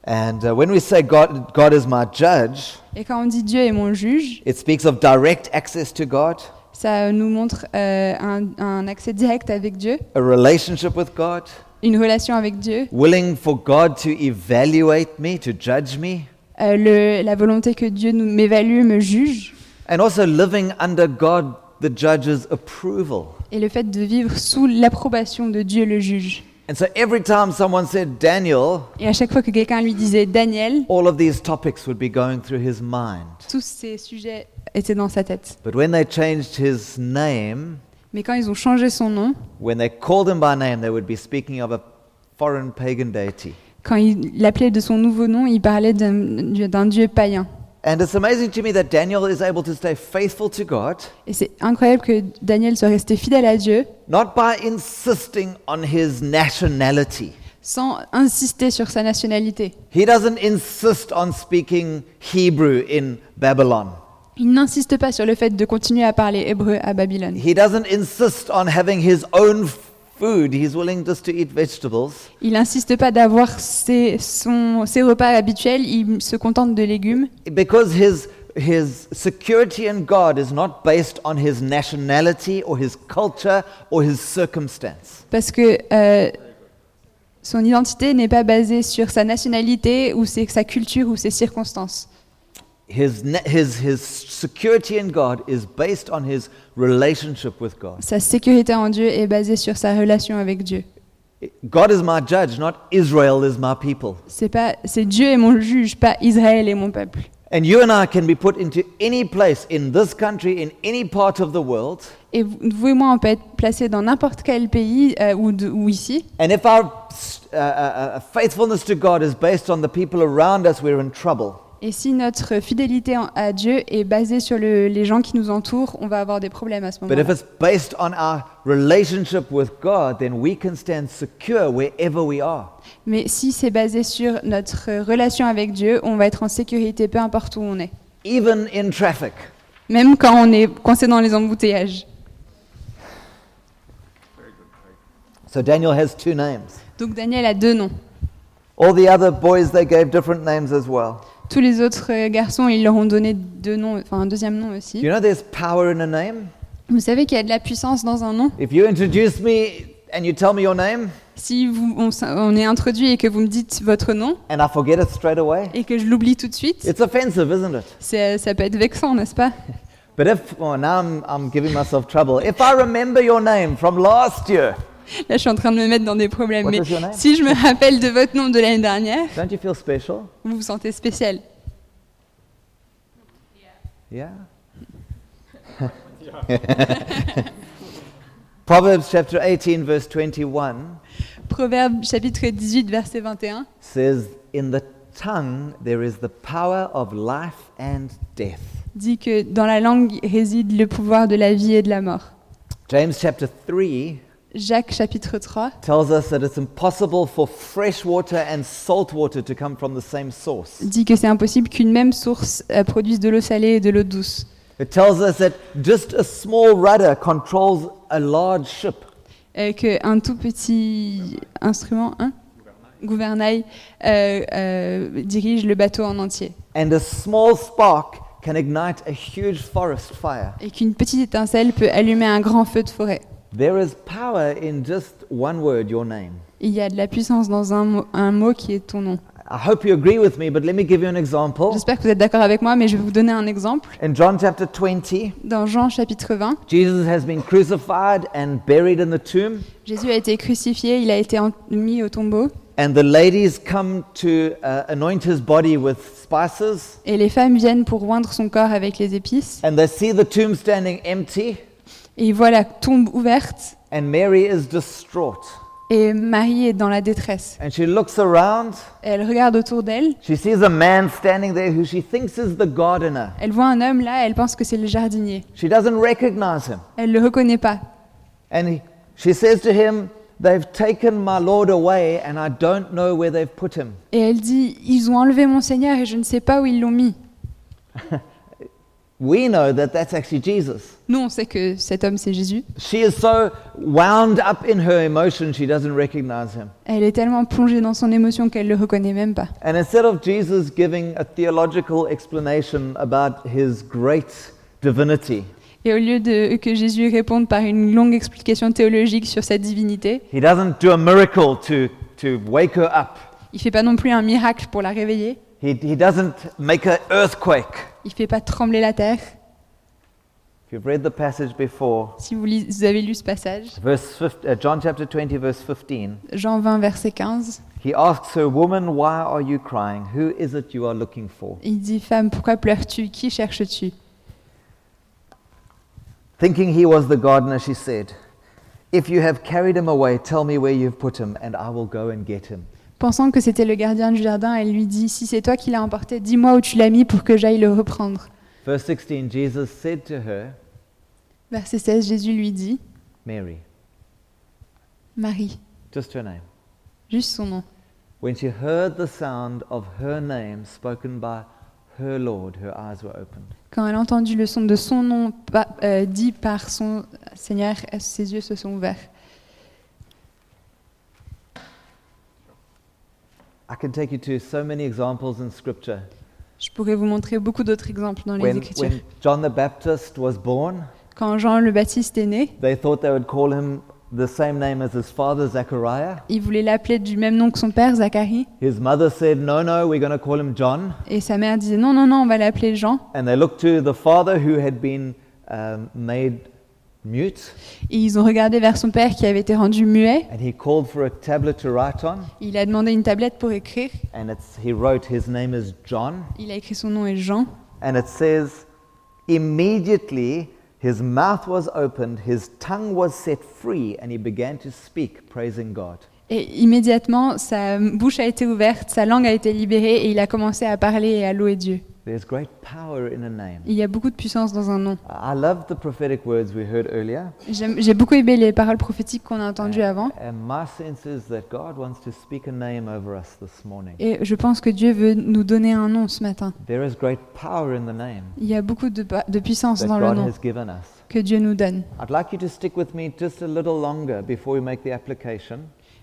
A: And uh, when we say God, God is my judge,
B: Et quand on dit Dieu est mon juge,
A: it speaks of direct access to God,
B: ça nous montre euh, un, un accès direct avec Dieu,
A: a relationship with God,
B: une relation avec Dieu,
A: willing for God to evaluate me, to judge me,
B: euh, le- la volonté que Dieu nous- m'évalue, me juge,
A: and also living under God the judge's approval.
B: et le fait de vivre sous l'approbation de Dieu le juge.
A: And so every time someone said Daniel,
B: Et à chaque fois que quelqu'un lui disait Daniel,
A: all of these topics would be going through his mind.
B: tous ces sujets étaient dans sa tête.
A: But when they changed his name,
B: Mais quand ils ont changé son nom,
A: when they called him by name, they would be speaking of a foreign pagan deity.
B: quand il l'appelait de son nouveau nom, il parlait d'un d'un dieu païen.
A: And it's amazing to me that Daniel is able to stay faithful to God,
B: Et c'est incroyable que Daniel soit resté fidèle à Dieu
A: not by insisting on his nationality.
B: sans insister sur sa nationalité.
A: He doesn't insist on speaking Hebrew in Babylon.
B: Il n'insiste pas sur le fait de continuer à parler hébreu à Babylone.
A: He doesn't insist on having his own f- food. He's willing just to eat vegetables.
B: Il n'insiste pas d'avoir ses, son- ses repas habituels, il se contente de légumes,
A: Because his, his security in God is not based on his nationality or his culture or his circumstance.
B: parce que euh, son identité n'est pas basée sur sa nationalité ou ses- sa culture ou ses circonstances.
A: His, na- his, his security in God is based on his relationship with God.
B: Sa sécurité en Dieu est basée sur sa relation avec Dieu.
A: God is my judge, not Israel is my people.
B: C'est pas, c'est Dieu est mon juge, pas Israël est mon peuple.
A: And you and I can be put into any place in this country, in any part of the world.
B: Et vous vous et moi, on peut être placés dans n'importe quel pays euh, ou, de- ou ici.
A: And if our uh, uh, uh, faithfulness to God is based on the people around us, we're in trouble.
B: Et si notre fidélité en- à Dieu est basée sur le- les gens qui nous entourent, on va avoir des problèmes à ce
A: But if
B: moment-là.
A: it's based on our relationship with God, then we can stand secure wherever we are.
B: Mais si c'est basé sur notre euh, relation avec Dieu, on va être en sécurité peu importe où on est.
A: Even in traffic,
B: Même quand on est coincé dans les embouteillages.
A: so Daniel has two names.
B: Donc Daniel a deux noms.
A: All the other boys they gave different names as well.
B: Tous les autres euh, garçons, ils leur ont donné deux noms, enfin un deuxième nom
A: Do
B: aussi.
A: you know there's power in a name?
B: Vous savez qu'il y a de la puissance dans un nom.
A: If you introduce me and you tell me your name
B: Si vous, on, s- on est introduit et que vous me dites votre nom
A: and I forget it straight away,
B: et que je l'oublie tout de suite,
A: it's offensive, isn't it?
B: c'est- euh, ça peut être vexant, n'est-ce pas
A: But if, well, now I'm, I'm giving myself trouble. If I remember your name from last year,
B: Là, je suis en train de me mettre dans des problèmes.
A: What
B: mais
A: is your name?
B: si je me rappelle de votre nom de l'année dernière,
A: don't you feel special?
B: vous vous sentez spécial.
A: Yeah. Proverbs chapter 18, verse 21
B: Proverbe chapitre 18, verset 21.
A: says, In the tongue there is the power of life and death.
B: dit que dans la langue réside le pouvoir de la vie et de la mort.
A: James chapter 3
B: Jacques chapitre 3
A: tells us that it's impossible for fresh water and salt water to come from the same source.
B: dit que c'est impossible qu'une même source euh, produise de l'eau salée et de l'eau douce.
A: It tells us that just a small rudder controls a large ship.
B: Euh, que un tout petit instrument, hein gouvernail, euh, euh, dirige le bateau en entier.
A: And a small spark can ignite a huge forest fire.
B: Et qu'une petite étincelle peut allumer un grand feu de forêt.
A: There is power in just one word, your name.
B: Il y a de la puissance dans un, mo- un mot qui est ton nom.
A: I hope you agree with me, but let me give you an example.
B: J'espère que vous êtes d'accord avec moi, mais je vais vous donner un exemple.
A: In John chapter 20,
B: Dans Jean chapitre 20,
A: Jesus has been crucified and buried in the tomb,
B: Jésus a été crucifié, il a été en- mis au tombeau.
A: and the ladies come to uh, anoint his body with spices,
B: Et les femmes viennent pour oindre son corps avec les épices.
A: and they see the tomb standing empty,
B: Et ils voient la tombe ouverte.
A: and Mary is distraught.
B: Et Marie est dans la détresse.
A: And she looks around,
B: Elle regarde autour d'elle.
A: she sees a man standing there who she thinks is the gardener.
B: Elle voit un homme là, elle pense que c'est le jardinier.
A: She doesn't recognize him.
B: Elle le reconnaît pas.
A: And he, she says to him, They've taken my Lord away, and I don't know where they've put him.
B: Et elle dit Ils ont enlevé mon Seigneur et je ne sais pas où ils l'ont mis.
A: We know that that's actually Jesus.
B: Nous, on sait que cet homme, c'est Jésus.
A: She is so wound up in her emotion, she doesn't recognize him.
B: Elle est tellement plongée dans son émotion qu'elle ne le reconnaît même pas.
A: And instead of Jesus giving a theological explanation about his great divinity,
B: Et au lieu de que Jésus réponde par une longue explication théologique sur sa divinité,
A: he doesn't do a miracle to, to wake her up.
B: il fait pas non plus un miracle pour la réveiller.
A: He, he doesn't make an earthquake.
B: Il fait pas trembler la terre.
A: If you've read the passage before,
B: Si vous, lis- vous avez lu ce passage,
A: verse 15, uh, John chapter 20, verse 15,
B: Jean 20, verset 15,
A: he asks her, Woman, why are you crying? Who is it you are looking for?
B: il dit Femme, pourquoi pleures-tu Qui cherches-tu
A: Thinking he was the gardener, she said, If you have carried him away, tell me where you've put him, and I will go and get him.
B: Pensant que c'était le gardien du jardin, elle lui dit Si c'est toi qui l'as emporté, dis-moi où tu l'as mis pour que j'aille le reprendre.
A: Verse 16 Jesus said to her,
B: Verset 16, Jésus lui dit
A: Mary,
B: Marie,
A: just her name.
B: juste son nom.
A: When she heard the sound of her name spoken by her Lord, her eyes were opened.
B: Quand elle a entendu le son de son nom pa- euh, dit par son Seigneur, ses yeux se sont ouverts.
A: I can take you to so many examples in Scripture.
B: Je pourrais vous montrer beaucoup d'autres exemples dans les
A: When,
B: Écritures.
A: when John the Baptist was born,
B: Quand Jean le Baptiste est né,
A: they thought they would call him the same name as his father, Zechariah.
B: il voulait l'appeler du même nom que son père, Zacharie,
A: His mother said, No, no, we're going to call him John.
B: et sa mère disait non, non, non, on va l'appeler Jean.
A: And they looked to the father who had been um, made mute,
B: Et ils ont regardé vers son père qui avait été rendu muet.
A: and he called for a tablet to write on.
B: Il a demandé une tablette pour écrire.
A: And it's, he wrote, His name is John.
B: Il a écrit son nom et Jean.
A: And it says, Immediately his mouth was opened, his tongue was set free, and he began to speak, praising God.
B: Et immédiatement, sa bouche a été ouverte, sa langue a été libérée et il a commencé à parler et à louer Dieu.
A: There's great power in a name.
B: Il y a beaucoup de puissance dans un nom.
A: I I love the prophetic words we heard earlier.
B: J'aime- J'ai beaucoup aimé les paroles prophétiques qu'on a entendues avant.
A: And my sense is that God wants to speak a name over us this morning.
B: Et je pense que Dieu veut nous donner un nom ce matin.
A: There is great power in the name
B: Il y a beaucoup de, pa- de puissance
A: that
B: dans le
A: God
B: nom
A: has given us.
B: que Dieu nous donne.
A: I'd like you to stick with me just a little longer before we make the application.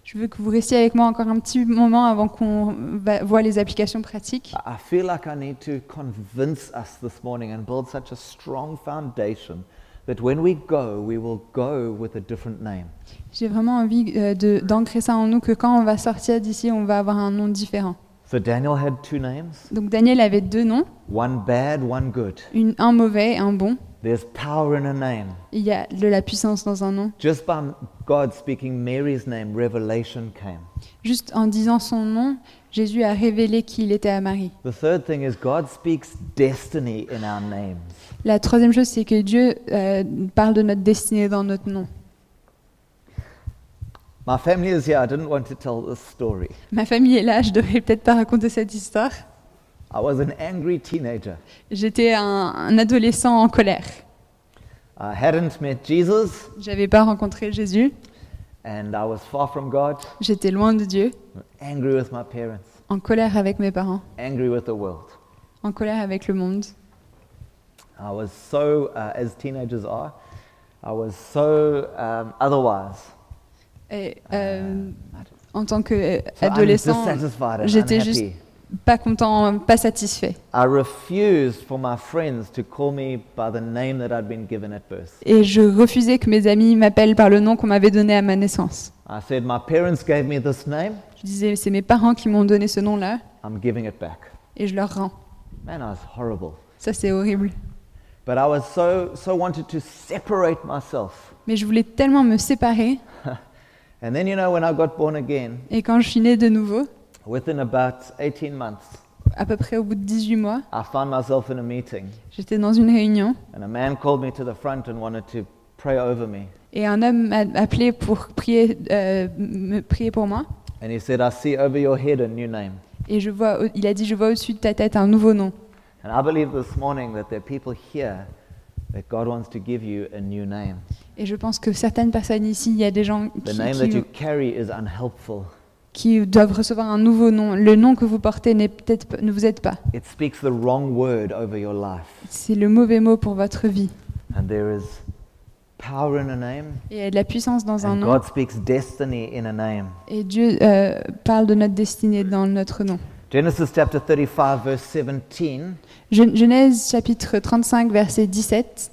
B: Je veux que vous restiez avec moi encore un petit moment avant qu'on va- voit les applications pratiques.
A: I I feel like I need to convince us this morning and build such a strong foundation that when we go, we will go with a different name.
B: J'ai vraiment envie euh, de- d'ancrer ça en nous que quand on va sortir d'ici, on va avoir un nom différent.
A: So Daniel had two names
B: Donc Daniel avait deux noms,
A: one bad, one good.
B: une- un mauvais et un bon.
A: There's power in a name.
B: Il y a de la puissance dans un nom.
A: Just by God speaking Mary's name, revelation came.
B: Juste en disant son nom, Jésus a révélé qu'il était à Marie.
A: The third thing is God speaks destiny in our names.
B: La troisième chose, c'est que Dieu euh, parle de notre destinée dans notre nom.
A: My family is here. I didn't want to tell this story.
B: Ma famille est là, je devrais peut-être pas raconter cette histoire.
A: I was an angry teenager.
B: J'étais un, un adolescent en colère.
A: I hadn't met Jesus,
B: J'avais pas rencontré Jésus,
A: and I was far from God,
B: j'étais loin de Dieu,
A: angry with my parents,
B: en colère avec mes parents,
A: angry with the world.
B: en colère avec le monde.
A: I was so, uh, as teenagers are, I was so um, otherwise.
B: Et, euh,
A: Ah,
B: en tant
A: So
B: qu'adolescent,
A: I'm dissatisfied and
B: j'étais
A: unhappy.
B: juste pas content, pas satisfait.
A: I refused for my friends to call me by the name that I'd been given at birth.
B: Et je refusais que mes amis m'appellent par le nom qu'on m'avait donné à ma naissance.
A: I said, My parents gave me this name,
B: Je disais, c'est mes parents qui m'ont donné ce nom-là,
A: I'm giving it back.
B: et je leur rends.
A: Man, I was horrible.
B: Ça, c'est horrible.
A: But I was so, so wanted to separate myself.
B: Mais je voulais tellement me séparer,
A: And then, you know, when I got born again,
B: et quand je suis née de nouveau,
A: within about 18 months,
B: à peu près au bout de 18 mois,
A: I found myself in a meeting,
B: j'étais dans une réunion,
A: and a man called me to the front and wanted to pray over me.
B: et un homme m'a appelé pour prier, euh, me prier pour moi,
A: And he said, I see over your head a new name.
B: et je vois, au- il a dit, je vois au-dessus de ta tête un nouveau nom.
A: And I believe this morning that there are people here that God wants to give you a new name.
B: Et je pense que certaines personnes ici, il y a des gens
A: The
B: qui,
A: name that
B: qui-
A: you carry is unhelpful.
B: qui doivent recevoir un nouveau nom. Le nom que vous portez n'est peut-être pas- ne vous aide pas.
A: It speaks the wrong word over your life.
B: C'est le mauvais mot pour votre vie.
A: And there is power in a name,
B: Et il y a de la puissance dans un
A: and
B: nom.
A: God speaks destiny in a name.
B: Et Dieu euh, parle de notre destinée dans notre nom.
A: Genesis chapter 35, verse 17.
B: Gen- Genèse chapitre 35, verset 17.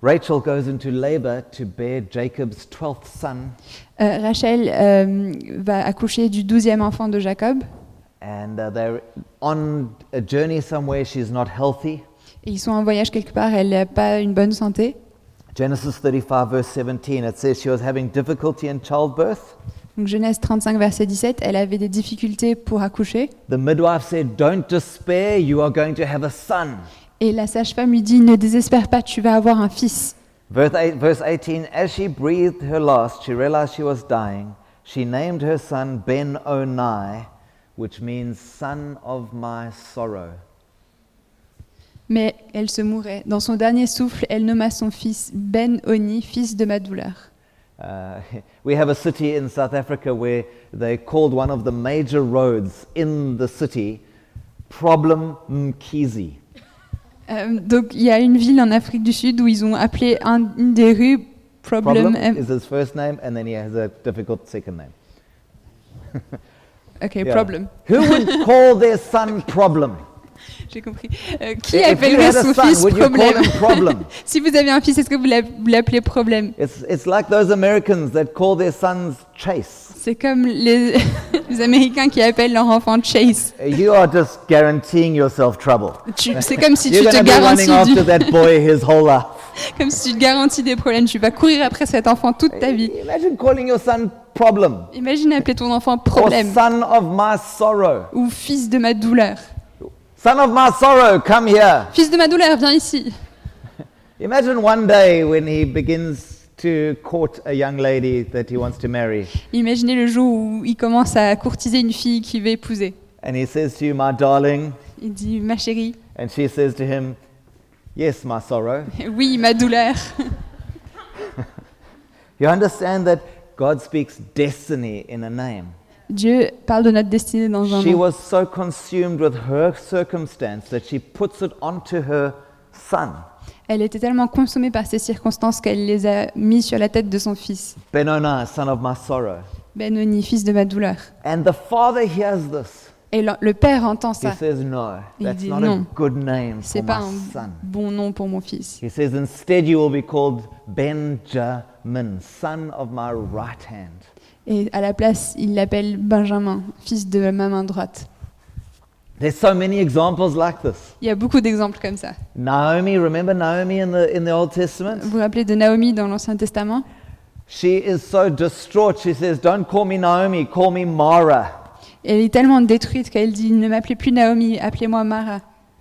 A: Rachel goes into labor to bear Jacob's 12th son,
B: Euh, Rachel euh, va accoucher du douzième enfant de Jacob.
A: and uh, they're on a journey somewhere. She's not healthy.
B: Et ils sont en voyage quelque part, elle n'a pas une bonne santé.
A: Genesis 35, verse 17, it says she was having difficulty in childbirth.
B: Donc Genèse 35, verset 17, elle avait des difficultés pour accoucher.
A: The midwife said, Don't despair, you are going to have a son.
B: Et la sage-femme lui dit, ne désespère pas, tu vas avoir un fils.
A: Verse, eight, verse 18 As she breathed her last, she realized she was dying. She named her son Ben Onai, which means son of my sorrow.
B: Mais elle se mourait. Dans son dernier souffle, elle nomma son fils Ben Oni, fils de ma douleur.
A: Uh, we have a city in South Africa where they called one of the major roads in the city Problem Mkhize.
B: Euh, donc il y a une ville en Afrique du Sud où ils ont appelé un- une des rues Problem.
A: Problem eh?
B: M-
A: is his first name, and then he has a difficult second name.
B: Ok,
A: Yeah.
B: Problem.
A: Who would call their son Problem?
B: J'ai compris. Euh, qui
A: If you
B: appellerait
A: had a
B: son
A: son,
B: fils
A: would you call
B: Problème
A: him Problem?
B: Si vous avez un fils, est-ce que vous l'a- vous l'appelez Problème
A: It's, it's like those Americans that call their sons Chase.
B: C'est comme les, les Américains qui appellent leur enfant Chase.
A: Uh, You are just guaranteeing yourself trouble.
B: Tu- C'est comme si tu
A: You're
B: te
A: going to be running
B: garantis
A: after
B: du-
A: that boy his whole life.
B: comme si tu te garantis des problèmes. Tu vas courir après cet enfant toute ta vie.
A: Imagine calling your son Problem.
B: Imagine appeler ton enfant
A: Or
B: Problème
A: son of my sorrow.
B: ou Fils de ma douleur.
A: Son of my sorrow, come here.
B: Fils de ma douleur, viens ici.
A: Imagine one day when he begins to court a young lady that he wants to marry,
B: Imaginez le jour où il commence à courtiser une fille qu'il va épouser.
A: and he says to you, My darling,
B: Il dit ma chérie,
A: and she says to him, Yes, my sorrow.
B: oui ma douleur.
A: You understand that God speaks destiny in a name.
B: Dieu parle de notre destinée dans un
A: She
B: nom.
A: was so consumed with her circumstance that she puts it onto her son.
B: Elle était tellement consommée par ces circonstances qu'elle les a mis sur la tête de son fils.
A: Benoni, son of my sorrow.
B: Benoni, fils de ma douleur.
A: And the father hears this.
B: Et le le père entend
A: He
B: ça.
A: says, No,
B: Il
A: that's
B: dit
A: not um,
B: non.
A: a good name for
B: C'est pas
A: my
B: un
A: son.
B: bon nom pour mon fils.
A: He says, Instead, you will be called Benjamin, son of my right hand.
B: Et à la place, il l'appelle Benjamin, fils de ma main droite.
A: There's so many examples like this.
B: Il y a beaucoup d'exemples comme ça.
A: Naomi, remember Naomi in the, in the Old
B: Vous
A: Testament?
B: vous rappelez de Naomi dans l'Ancien Testament
A: She is so distraught. She says, Don't call me Naomi, call me Mara.
B: Elle est tellement détruite qu'elle dit Ne m'appelez plus Naomi, appelez-moi Mara.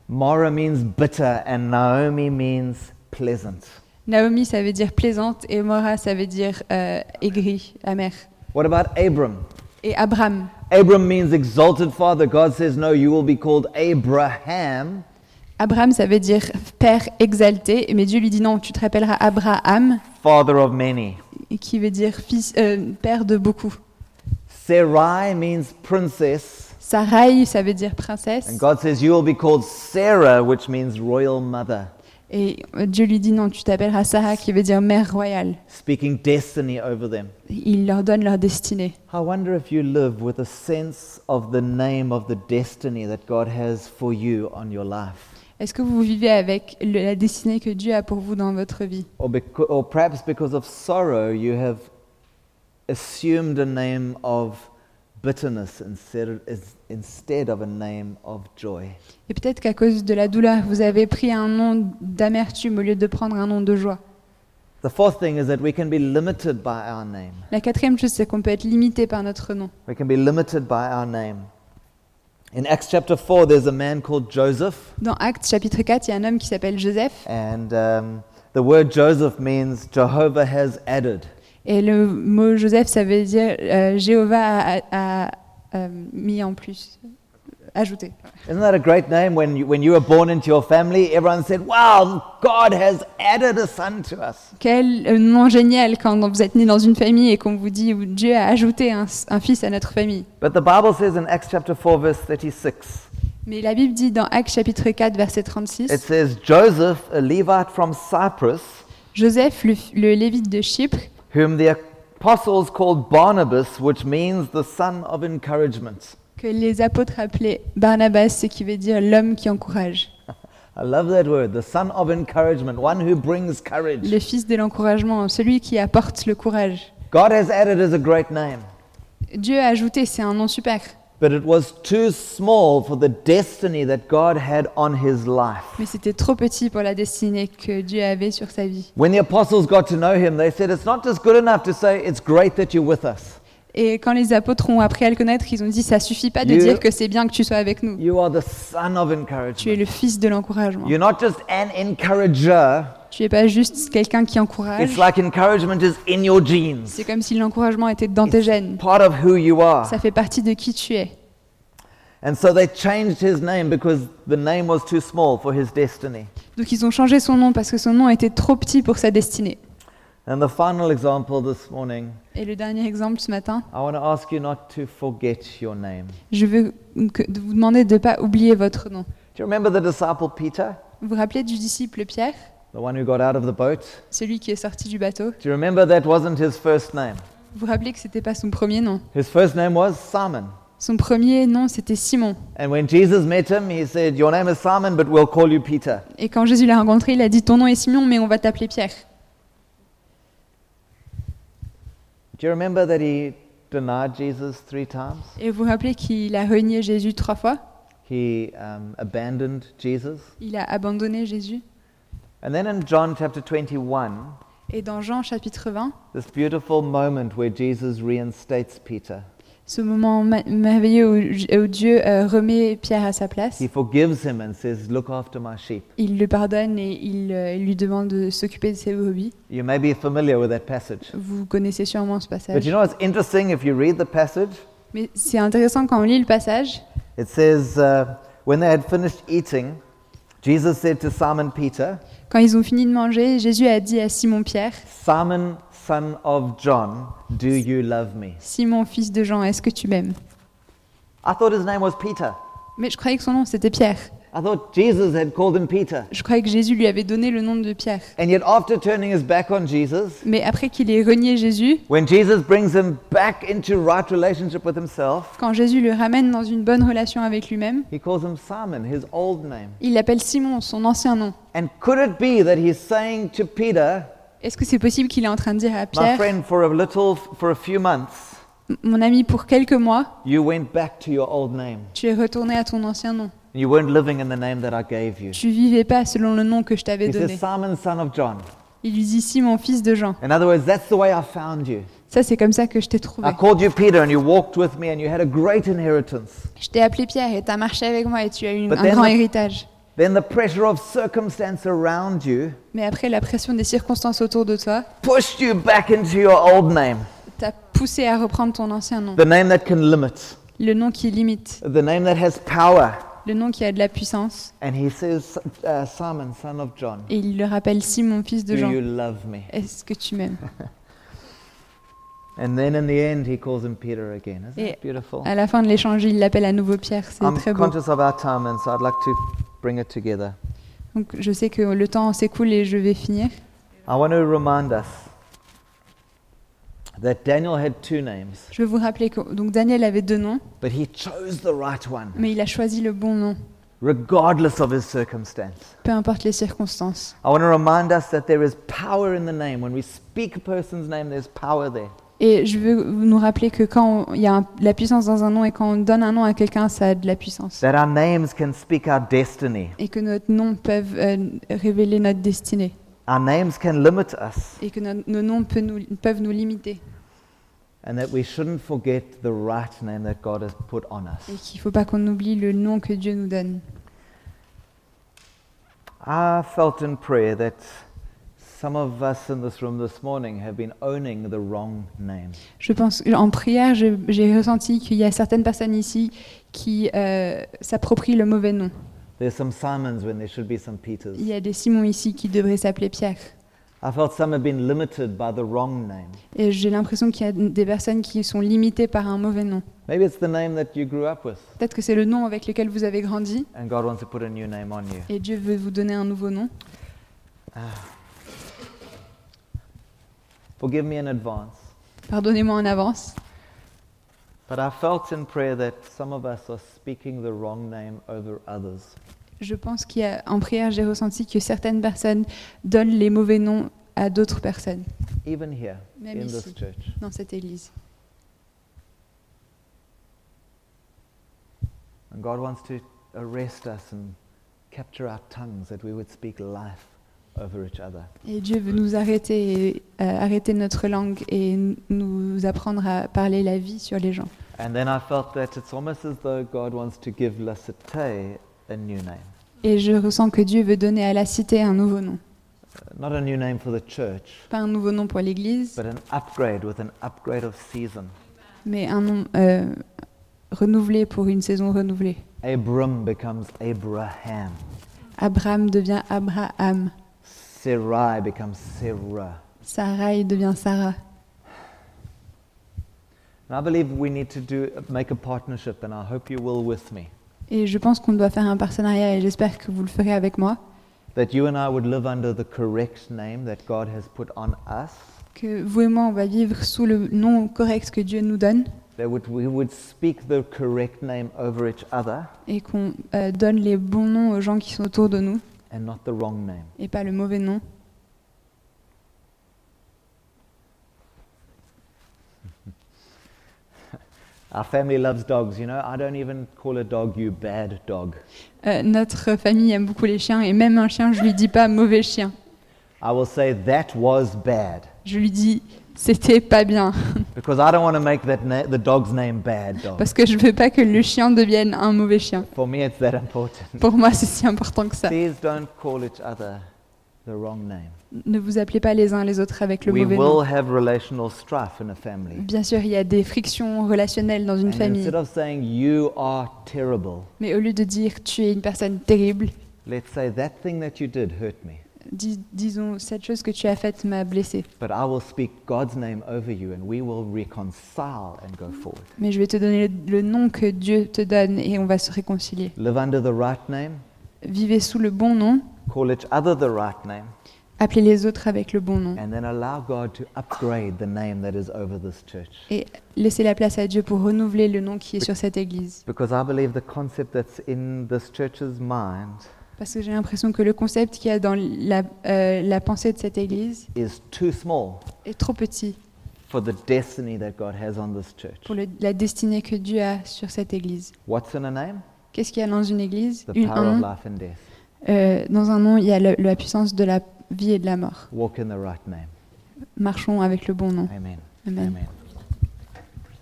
A: Mara means bitter, and Naomi means pleasant.
B: Naomi, ça veut dire plaisante, et Mora, ça veut dire euh, aigri, amer.
A: What about Abram?
B: Et Abraham.
A: Abram means exalted father. God says, No, you will be called Abraham.
B: Abraham, ça veut dire père exalté, mais Dieu lui dit non, tu te rappelleras Abraham,
A: father of many.
B: et qui veut dire fils, euh, père de beaucoup.
A: Sarai means princess,
B: Sarai, ça veut dire princesse,
A: and God says you will be called Sarah, which means royal mother,
B: et euh, Dieu lui dit non, tu t'appelleras Sarah, qui veut dire mère royale.
A: speaking destiny over them.
B: Il leur donne leur destinée.
A: I wonder if you live with a sense of the name of the destiny that God has for you on your life,
B: Est-ce que vous vivez avec le- la destinée que Dieu a pour vous dans votre vie
A: or, becau- or perhaps because of sorrow, you have assumed a name of bitterness instead, is- instead of a name of joy.
B: Et peut-être qu'à cause de la douleur, vous avez pris un nom d'amertume au lieu de prendre un nom de joie.
A: The fourth thing is that we can be limited by our name.
B: La quatrième chose, c'est qu'on peut être limité par notre nom.
A: We can be limited by our name. In Acts chapter 4, there's a man called Joseph,
B: Dans Actes chapitre 4, il y a un homme qui s'appelle Joseph,
A: and um, the word Joseph means Jehovah has added.
B: et le mot Joseph, ça veut dire euh, Jéhovah a, a- a, euh, mis en plus, ajouté.
A: Isn't that a great name? When you, when you were born into your family, everyone said, Wow, God has added a son to us.
B: Quel euh, nom génial quand vous êtes né dans une famille et qu'on vous dit Dieu a ajouté un, un fils à notre famille.
A: But the Bible says in Acts chapter 4, verse 36,
B: Mais la Bible dit dans Actes chapitre 4 verset
A: it
B: 36,
A: says, Joseph, a Levite from Cyprus,
B: Joseph, le, le Lévite de Chypre,
A: whom the apostles called Barnabas, which means the son of encouragement.
B: que les apôtres appelaient Barnabas, ce qui veut dire l'homme qui encourage,
A: I love that word, the son of encouragement, one who brings courage.
B: le fils de l'encouragement, celui qui apporte le courage.
A: God has added is a great name,
B: Dieu a ajouté, c'est un nom super,
A: but it was too small for the destiny that God had on his life.
B: mais c'était trop petit pour la destinée que Dieu avait sur sa vie.
A: When the apostles got to know him, they said, It's not just good enough to say, It's great that you're with us.
B: Et quand les apôtres ont appris à le connaître, ils ont dit ça suffit pas de
A: Dieu-
B: dire que c'est bien que tu sois avec nous.
A: You are the son of
B: Tu es
A: encouragement.
B: le fils de l'encouragement.
A: You're not just an encourager,
B: Tu es pas juste quelqu'un qui
A: it's
B: encourage.
A: like encouragement is in your genes,
B: C'est comme si l'encouragement était dans tes gènes.
A: part of who you are.
B: Ça fait partie de qui tu es.
A: And so they changed his name because the name was too small for his destiny.
B: Donc ils ont changé son nom parce que son nom était trop petit pour sa destinée.
A: And the final example this morning,
B: Et le dernier exemple ce matin,
A: I want to ask you not to forget your name. Do
B: je veux que- de vous demander de ne pas oublier votre nom.
A: you remember the disciple Peter,
B: Vous vous rappelez du disciple Pierre,
A: the one who got out of the boat?
B: celui qui est sorti du bateau
A: Do you remember that wasn't his first name?
B: Vous vous rappelez que c'était pas son premier nom.
A: His first name was Simon.
B: Son premier nom, c'était Simon.
A: And when Jesus met him, he said, Your name is Simon, but we'll call you Peter.
B: Et quand Jésus l'a rencontré, il a dit Ton nom est Simon, mais on va t'appeler Pierre.
A: Do you remember that he denied Jesus three times?
B: Et vous vous rappelez qu'il a renié Jésus trois fois
A: He um, abandoned Jesus.
B: Il a abandonné Jésus.
A: And then in John chapter 21,
B: Et dans Jean chapitre 20,
A: this beautiful moment where Jesus reinstates Peter,
B: ce moment ma- merveilleux où, J- où Dieu euh, remet Pierre à sa place,
A: he forgives him and says, Look after my sheep.
B: il le pardonne et il, euh, il lui demande de s'occuper de ses brebis.
A: You may be familiar with that passage.
B: Vous connaissez sûrement ce
A: But
B: passage.
A: you know what's interesting if you read the passage?
B: Mais c'est intéressant quand on lit le passage.
A: It says, uh, When they had finished eating, Jesus said to Simon Peter,
B: Quand ils ont fini de manger, Jésus a dit à Simon-Pierre,
A: Simon, son of John, do you love me?
B: Simon, fils de Jean, est-ce que tu m'aimes
A: I thought his name was Peter.
B: Mais je croyais que son nom, c'était Pierre.
A: I thought Jesus had called him Peter.
B: Je croyais que Jésus lui avait donné le nom de Pierre.
A: And yet, after turning his back on Jesus,
B: Mais après qu'il ait renié Jésus,
A: when Jesus brings him back into right relationship with himself,
B: quand Jésus le ramène dans une bonne relation avec lui-même,
A: he calls him Simon, his old name.
B: il l'appelle Simon, son ancien nom.
A: And could it be that he's saying to Peter,
B: Est-ce que c'est possible qu'il est en train de dire à
A: My
B: Pierre,
A: friend, for a little, for a few months,
B: M- mon ami, pour quelques mois,
A: you went back to your old name?
B: tu es retourné à ton ancien nom.
A: You weren't living in the name that I gave you.
B: Tu vivais pas selon le nom que je t'avais
A: He says,
B: donné.
A: Simon, son of John.
B: Il lui dit Simon, fils de Jean.
A: In other words, that's the way I found you.
B: Ça, c'est comme ça que je t'ai trouvé.
A: I called you Peter and you walked with me and you had a great inheritance.
B: Je t'ai appelé Pierre et t'as marché avec moi et tu as eu
A: But
B: un
A: then-
B: grand héritage.
A: Then the pressure of circumstance around you
B: Mais après, la pression des circonstances autour de toi
A: pushed you back into your old name,
B: t'a poussé à reprendre ton ancien nom.
A: the name that can limit,
B: Le nom qui limite,
A: the name that has power.
B: le nom qui a de la puissance.
A: And he says, uh, Simon, son of John,
B: Et il le rappelle Simon, fils de
A: do
B: Jean.
A: you love me?
B: Est-ce que tu m'aimes
A: And then in the end, he calls him Peter again. Isn't
B: Yeah.
A: it beautiful?
B: À la fin de l'échange, il l'appelle à nouveau Pierre. C'est
A: I'm
B: très beau.
A: conscious of our time, and so I'd like to bring it together.
B: Donc, je sais que le temps s'écoule et je vais finir.
A: I want to remind us that Daniel had two names,
B: Je veux vous rappeler que donc Daniel avait deux noms,
A: but he chose the right one,
B: mais il a choisi le bon nom,
A: regardless of his circumstance.
B: peu importe les circonstances.
A: I want to remind us that there is power in the name. When we speak a person's name, there's power there.
B: Et je veux nous rappeler que quand on- il y a un- la puissance dans un nom et quand on donne un nom à quelqu'un, ça a de la puissance.
A: That our names can speak our destiny.
B: Et que notre nom peut révéler notre destinée.
A: Our names can limit us,
B: Et que no- nos noms peut nous- peuvent nous limiter.
A: and that we shouldn't forget the right name that God has put on us.
B: Et qu'il ne faut pas qu'on oublie le nom que Dieu nous donne.
A: I felt in prayer that Some of us in this room this morning have been owning the wrong name.
B: Je pense, en prière, j'ai j'ai ressenti qu'il y a certaines personnes ici qui euh, s'approprient le mauvais nom.
A: There's some Simons when there should be some Peters.
B: Il y a des Simons ici qui devraient s'appeler Pierre.
A: I felt some have been limited by the wrong name.
B: Et j'ai l'impression qu'il y a des personnes qui sont limitées par un mauvais nom.
A: Maybe it's the name that you grew up with,
B: Peut-être que c'est le nom avec lequel vous avez grandi
A: and God wants to put a new name on you.
B: et Dieu veut vous donner un nouveau nom.
A: Forgive me in advance.
B: Pardonnez-moi en avance.
A: But I felt in prayer that some of us are speaking the wrong name over others.
B: Je pense qu'il y a, en prière, j'ai ressenti que certaines personnes donnent les mauvais noms à d'autres personnes
A: even here
B: Même
A: in this
B: ici.
A: church.
B: dans cette église.
A: And God wants to arrest us and capture our tongues that we would speak life over each other.
B: Et Dieu veut nous arrêter, et, euh, arrêter notre langue et n- nous apprendre à parler la vie sur les gens.
A: And then I felt that it's almost as though God wants to give La Cité a new name.
B: Et je ressens que Dieu veut donner à la cité un nouveau nom.
A: Not a new name for the church,
B: Pas un nouveau nom pour l'église,
A: but an upgrade with an upgrade of season.
B: mais un nom euh, renouvelé pour une saison renouvelée.
A: Abram becomes Abraham.
B: Abraham devient Abraham.
A: Sarai becomes Sarah.
B: Sarai devient Sarah.
A: And I believe we need to do, make a partnership, and I hope you will with me.
B: Et je pense qu'on doit faire un partenariat et j'espère que vous le ferez avec moi.
A: That you and I would live under the correct name that God has put on us.
B: Que vous et moi, on va vivre sous le nom correct que Dieu nous donne
A: that would, we would speak the correct name over each other
B: et qu'on euh, donne les bons noms aux gens qui sont autour de nous
A: and not the wrong name.
B: et pas le mauvais nom.
A: Our family loves dogs, you know. I don't even call a dog you bad dog.
B: Euh, notre famille aime beaucoup les chiens et même un chien, je lui dis pas mauvais chien.
A: I will say that was bad
B: Je lui dis c'était pas bien
A: because I don't want to make that na- the dog's name bad dog.
B: parce que je veux pas que le chien devienne un mauvais chien.
A: For me, it's that important.
B: Pour moi, c'est si important que ça.
A: Please don't call each other the wrong name.
B: Ne vous appelez pas les uns les autres avec le
A: We
B: mauvais
A: will
B: nom.
A: have relational strife in a family.
B: Bien sûr, il y a des frictions relationnelles dans une
A: And
B: famille,
A: instead of saying you are terrible,
B: mais au lieu de dire tu es une personne terrible,
A: let's say that thing that you did hurt me.
B: dis- disons cette chose que tu as faite m'a blessé.
A: But I will speak God's name over you and we will reconcile and go forward.
B: Mais je vais te donner le, le nom que Dieu te donne et on va se réconcilier.
A: Live under the right name,
B: Vivez sous le bon nom,
A: call each other the right name,
B: appelez les autres avec le bon nom
A: and then allow God to upgrade the name that is over this church.
B: et laissez la place à Dieu pour renouveler le nom qui est sur cette église.
A: Because I believe the concept that's in this church's mind
B: Parce que j'ai l'impression que le concept qu'il y a dans la, euh, la pensée de cette église
A: is too small
B: est trop petit
A: for the destiny that God has on this church.
B: pour le- la destinée que Dieu a sur cette église.
A: What's in a name?
B: Qu'est-ce qu'il y a dans une église
A: The
B: Une-
A: power of
B: un nom.
A: life and death.
B: Euh, dans un nom, il y a le- la puissance de la vie et de la mort.
A: Walk in the right name.
B: Marchons avec le bon nom.
A: Amen.
B: Amen.
A: Amen.